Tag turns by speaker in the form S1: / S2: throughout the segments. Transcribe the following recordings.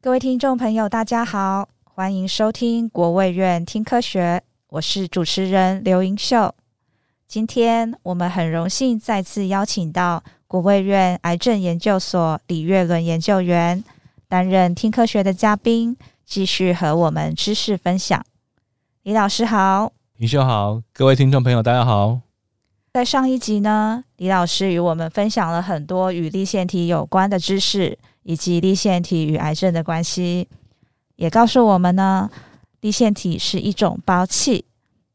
S1: 各位听众朋友，大家好，欢迎收听国卫院听科学，我是主持人刘莹秀。今天我们很荣幸再次邀请到国卫院癌症研究所李月伦研究员担任听科学的嘉宾，继续和我们知识分享。李老师好，
S2: 云秀好，各位听众朋友大家好。
S1: 在上一集呢，李老师与我们分享了很多与立腺体有关的知识，以及立腺体与癌症的关系，也告诉我们呢，立腺体是一种胞器，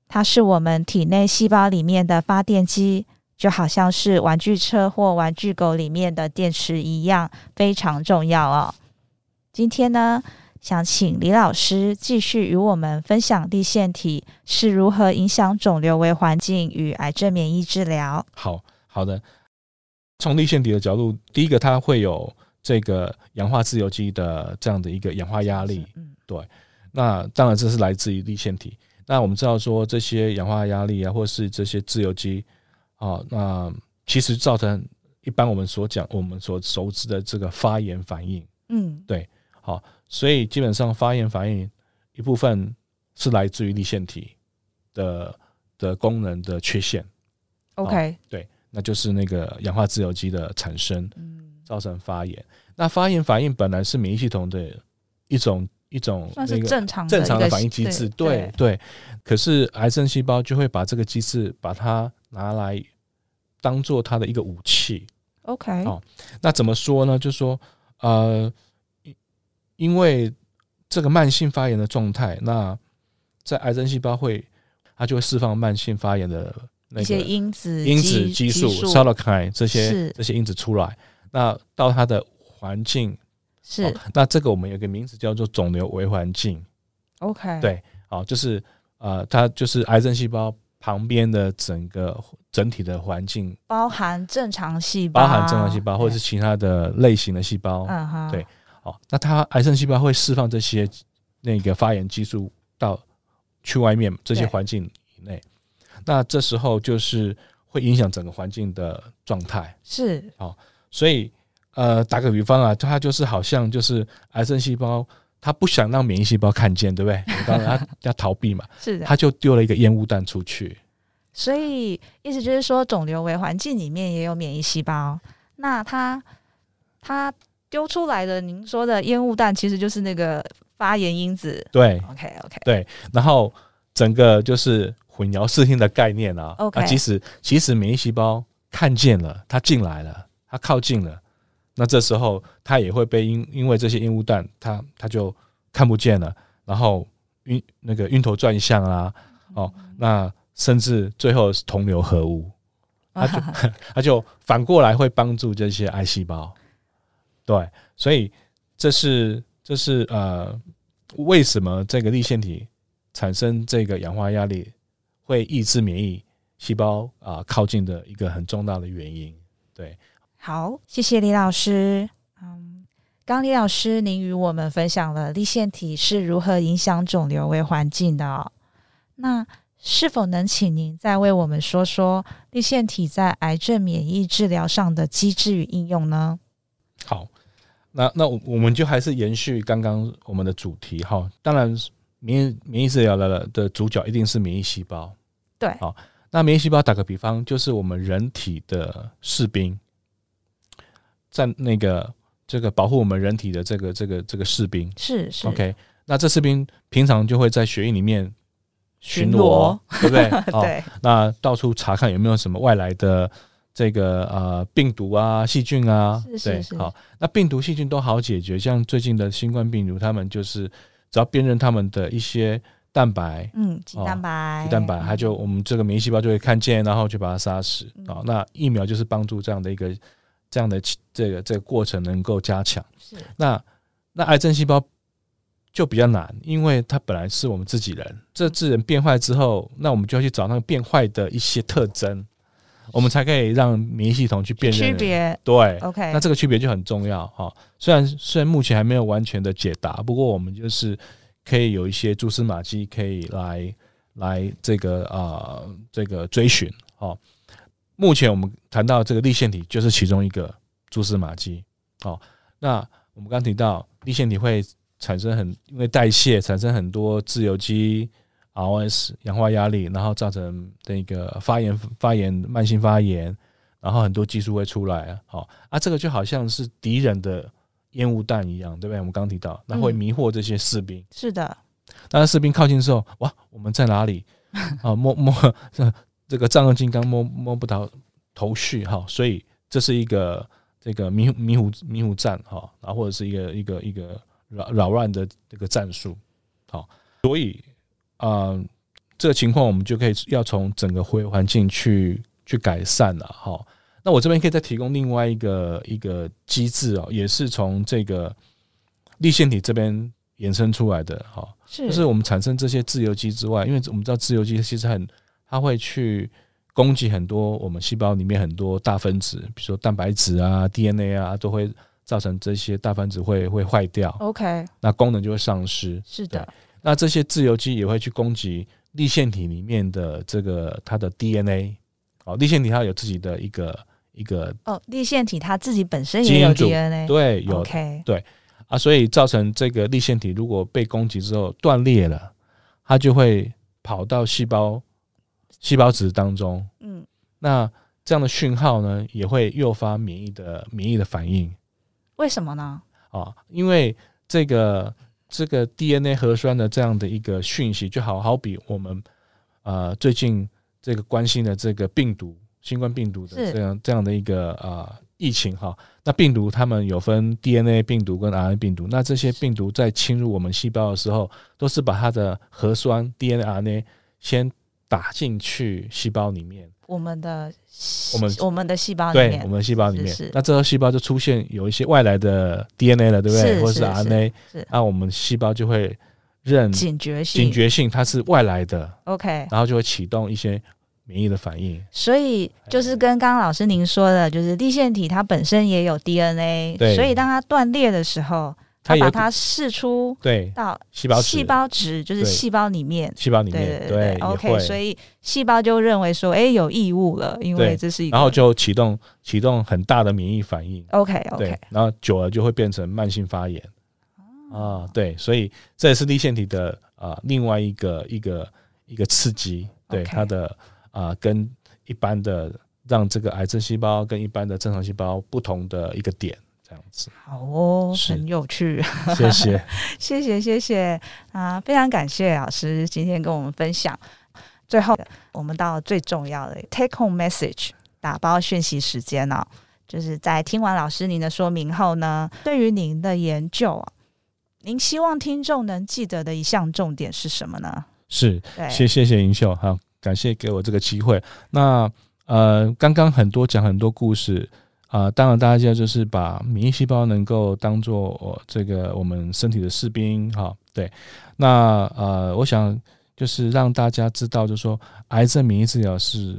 S1: 它是我们体内细胞里面的发电机，就好像是玩具车或玩具狗里面的电池一样，非常重要哦。今天呢，想请李老师继续与我们分享立腺体是如何影响肿瘤为环境与癌症免疫治疗。
S2: 好好的，从立腺体的角度，第一个它会有这个氧化自由基的这样的一个氧化压力，
S1: 嗯，
S2: 那当然这是来自于立腺体。那我们知道说这些氧化压力啊，或是这些自由基啊，那其实造成一般我们所讲我们所熟知的这个发炎反应。
S1: 嗯，
S2: 好，所以基本上发炎反应一部分是来自于立腺体的的功能的缺陷，
S1: ，OK，
S2: 那就是那个氧化自由基的产生。
S1: 嗯，
S2: 造成发炎。那发炎反应本来是免疫系统的一种一种
S1: 算
S2: 那
S1: 是
S2: 个
S1: 正常
S2: 正常
S1: 的
S2: 的
S1: 一个
S2: 反应机制，对，对。可是癌症细胞就会把这个机制把它拿来当做它的一个武器。
S1: ，OK，
S2: 哦那怎么说呢？就说呃，因因为这个慢性发炎的状态，那在癌症细胞会它就会释放慢性发炎的那
S1: 一些
S2: 个
S1: 因子、
S2: 因子激
S1: 激
S2: 素
S1: 激
S2: c e l o k i n e 这些
S1: 是
S2: 这些因子出来，那到它的环境，
S1: 是
S2: 哦那这个我们有个名词叫做肿瘤微环境，
S1: OK，
S2: 对好、就是呃，它就是癌症细胞旁边的整个整体的环境，
S1: 包含正常细胞，
S2: 包含正常细胞或者是
S1: 啊对
S2: 其他的类型的细胞，
S1: 嗯哈，
S2: 对哦，那它癌症细胞会释放这些那个发炎激素到去外面这些
S1: 对
S2: 环境以内，那这时候就是会影响整个环境的状态。
S1: 是
S2: 所以呃，打个比方啊，它就是好像就是癌症细胞，它不想让免疫细胞看见，对不对？当然它要逃避嘛，
S1: 是的，
S2: 它就丢了一个烟雾弹出去。
S1: 所以意思就是说，肿瘤为环境里面也有免疫细胞，那它它丢出来的您说的烟雾弹，其实就是那个发炎因子。
S2: 对，
S1: OK OK，
S2: 然后整个就是混淆视听的概念啊。
S1: OK
S2: 啊，即使即使免疫细胞看见了，它进来了，它靠近了，那这时候它也会被因因为这些烟雾弹，它它就看不见了，然后晕那个晕头转向啊，哦，那甚至最后是同流合污。它就它就反过来会帮助这些癌细胞。对，所以这是这是呃，为什么这个立腺体产生这个氧化压力会抑制免疫细胞啊、靠近的一个很重大的原因。对，
S1: 好，谢谢李老师。嗯，刚李老师您与我们分享了立腺体是如何影响肿瘤为环境的、哦，那是否能请您再为我们说说立腺体在癌症免疫治疗上的机制与应用呢？
S2: 好，那那我我们就还是延续刚刚我们的主题哈。当然，免疫免疫治疗的的主角一定是免疫细胞。
S1: 对
S2: 好那免疫细胞打个比方，就是我们人体的士兵，在那个这个保护我们人体的这个这个这个士兵。
S1: 是是
S2: OK，那这士兵平常就会在血液里面
S1: 巡
S2: 巡
S1: 逻
S2: 逻，对不对？ 哦
S1: 对，
S2: 那到处查看有没有什么外来的这个呃病毒啊、细菌啊，
S1: 是是
S2: 对，
S1: 是
S2: 好，那病毒、细菌都好解决，像最近的新冠病毒，他们就是只要辨认他们的一些蛋白。
S1: 嗯，鸡
S2: 哦
S1: 蛋白，
S2: 鸡蛋白，它就我们这个免疫细胞就会看见，然后就把它杀死
S1: 嗯
S2: 啊、那疫苗就是帮助这样的一个这样的这个这个过程能够加强。
S1: 是
S2: 那那癌症细胞就比较难，因为它本来是我们自己人，
S1: 嗯
S2: 这自人变坏之后，那我们就要去找那个变坏的一些特征，我们才可以让免疫系统去辨认
S1: 区
S2: 人。
S1: 别
S2: 对，
S1: OK，
S2: 那这个区别就很重要哈、虽然虽然目前还没有完全的解答，不过我们就是可以有一些蛛丝马迹可以来来这个啊、呃这个追寻哦。目前我们谈到这个立腺体就是其中一个蛛丝马迹哦。那我们刚提到立腺体会产生很因为代谢产生很多自由基、ROS、氧化压力，然后造成那个发炎、发炎、慢性发炎，然后很多激素会出来啊。好、啊，这个就好像是敌人的烟雾弹一样，对不对？我们刚提到，那会
S1: 嗯
S2: 迷惑这些士兵。
S1: 是的，
S2: 当然，士兵靠近之后，哇，我们在哪里？啊，摸摸这这个丈二金刚摸摸不到头绪哈、所以这是一个这个迷糊迷糊迷糊战哈、然后或者是一个一个一个扰扰乱的这个战术，好、所以啊、呃这个情况我们就可以要从整个回环境去去改善了哈、那我这边可以再提供另外一个一个机制哦，也是从这个立腺体这边衍生出来的哈、
S1: 是
S2: 就是我们产生这些自由基之外，因为我们知道自由基其实很，它会去攻击很多我们细胞里面很多大分子，比如说蛋白质啊、DNA 啊，都会造成这些大分子会会坏掉，
S1: OK，
S2: 那功能就会丧失。
S1: 是的，
S2: 那这些自由基也会去攻击立腺体里面的这个它的 DNA，哦，立腺体它有自己的一个一个
S1: 哦，立腺体它自己本身
S2: 基
S1: 也
S2: 因
S1: 有
S2: 组
S1: DNA，
S2: 对有
S1: OK，
S2: 啊，所以造成这个立腺体如果被攻击之后断裂了，它就会跑到细胞细胞质当中。
S1: 嗯，
S2: 那这样的讯号呢，也会诱发免疫的免疫的反应
S1: 为什么呢？
S2: 啊，因为这个这个 DNA 核酸的这样的一个讯息，就好好比我们呃最近这个关心的这个病毒新冠病毒的
S1: 是
S2: 这样这样的一个呃疫情哈，那病毒它们有分 DNA 病毒跟 RNA 病毒，那这些病毒在侵入我们细胞的时候，都是把它的核酸 DNA、RNA 先打进去细胞里面。
S1: 我们的
S2: 我们
S1: 我们的细胞里
S2: 对
S1: 面，
S2: 我们细胞里面，
S1: 是是
S2: 那这时候细胞就出现有一些外来的 DNA 了，对不对？
S1: 是
S2: 或者
S1: 是
S2: 是 RNA，
S1: 是
S2: 那我们细胞就会认
S1: 警觉性
S2: 警觉啊性它是外来的，
S1: OK，
S2: 然后就会启动一些免疫的反应。
S1: 所以
S2: 哎
S1: 就是跟刚刚老师您说的，就是立腺体它本身也有 DNA，
S2: 对
S1: 所以当它断裂的时候，它
S2: 它
S1: 把
S2: 有
S1: 它释出
S2: 对
S1: 到
S2: 细胞
S1: 细
S2: 质
S1: 胞质，就是
S2: 对
S1: 细胞里面。
S2: 细胞里
S1: 对
S2: 面，
S1: 对
S2: 也
S1: ，OK，所
S2: 会，
S1: 以细胞就认为说，哎，有异物了，因为
S2: 对
S1: 这是一个，
S2: 然后就启动启动很大的免疫反应。
S1: OK
S2: 对
S1: OK，，
S2: 然后久了就会变成慢性发炎。
S1: 哦
S2: 啊，对，所以这也是立腺体的啊、呃另外一个一个一个刺激，对
S1: OK
S2: 它的啊、呃跟一般的让这个癌症细胞跟一般的正常细胞不同的一个点，这样子。
S1: 好哦，
S2: 是
S1: 很有趣，
S2: 谢谢，
S1: 谢谢谢谢啊，非常感谢老师今天跟我们分享。最后，我们到最重要的 take home message 打包讯息时间哦，就是在听完老师您的说明后呢，对于您的研究啊，您希望听众能记得的一项重点是什么呢？
S2: 是
S1: 对，
S2: 谢谢谢银秀，好，感谢给我这个机会。那呃，刚刚很多讲很多故事啊、当然大家就是把免疫细胞能够当做、呃这个我们身体的士兵哈、对，那呃，我想就是让大家知道，就是说癌症免疫治疗是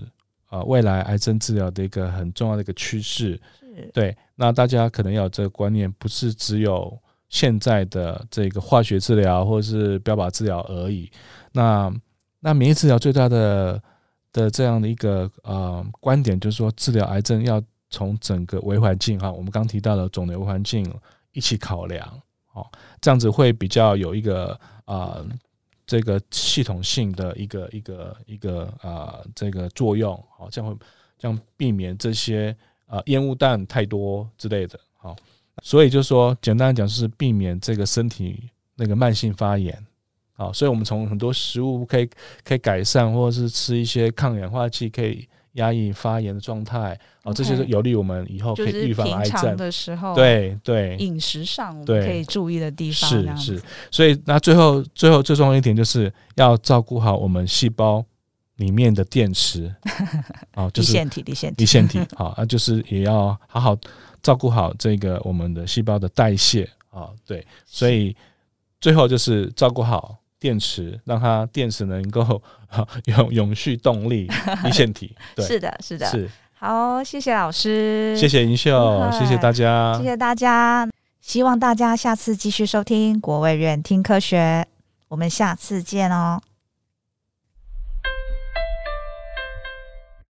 S2: 呃未来癌症治疗的一个很重要的一个趋势。
S1: 是
S2: 对，那大家可能要有这个观念，不是只有现在的这个化学治疗或是标靶治疗而已。那那免疫治疗最大的的这样的一个呃观点，就是说治疗癌症要从整个微环境哈，我们刚提到的肿瘤微环境一起考量哦，这样子会比较有一个啊、呃这个系统性的一个一个一个啊、呃这个作用，好、这样会这样避免这些啊烟雾弹太多之类的，好、所以就是说简单来讲就是避免这个身体那个慢性发炎。好，所以我们从很多食物可以可以改善，或者是吃一些抗氧化剂，可以压抑发炎的状态。哦，这些都
S1: OK
S2: 有利于我们以后可
S1: 就
S2: 以
S1: 是
S2: 预防
S1: 平
S2: 癌
S1: 常
S2: 症。
S1: 的哦时候，，
S2: 对对，
S1: 饮食上我们
S2: 对
S1: 可以注意的地方，这
S2: 是
S1: 样子
S2: 是，所以那最后最后最重要一点就是要照顾好我们细胞里面的 电池哦，就
S1: 立
S2: 是
S1: 腺体，立腺体
S2: 离，腺体好，啊，就是也要好好照顾好这个我们的细胞的代谢啊、对，所以最后就是照顾好电池，让它电池能够、啊、永永续动 力离腺体，对，
S1: 是的，是的，
S2: 是，
S1: 好，谢谢老师，
S2: 谢啊谢银秀，
S1: 嗨
S2: 谢谢大家，
S1: 谢谢大家，希望大家下次继续收听国卫院听科学，我们下次见哦，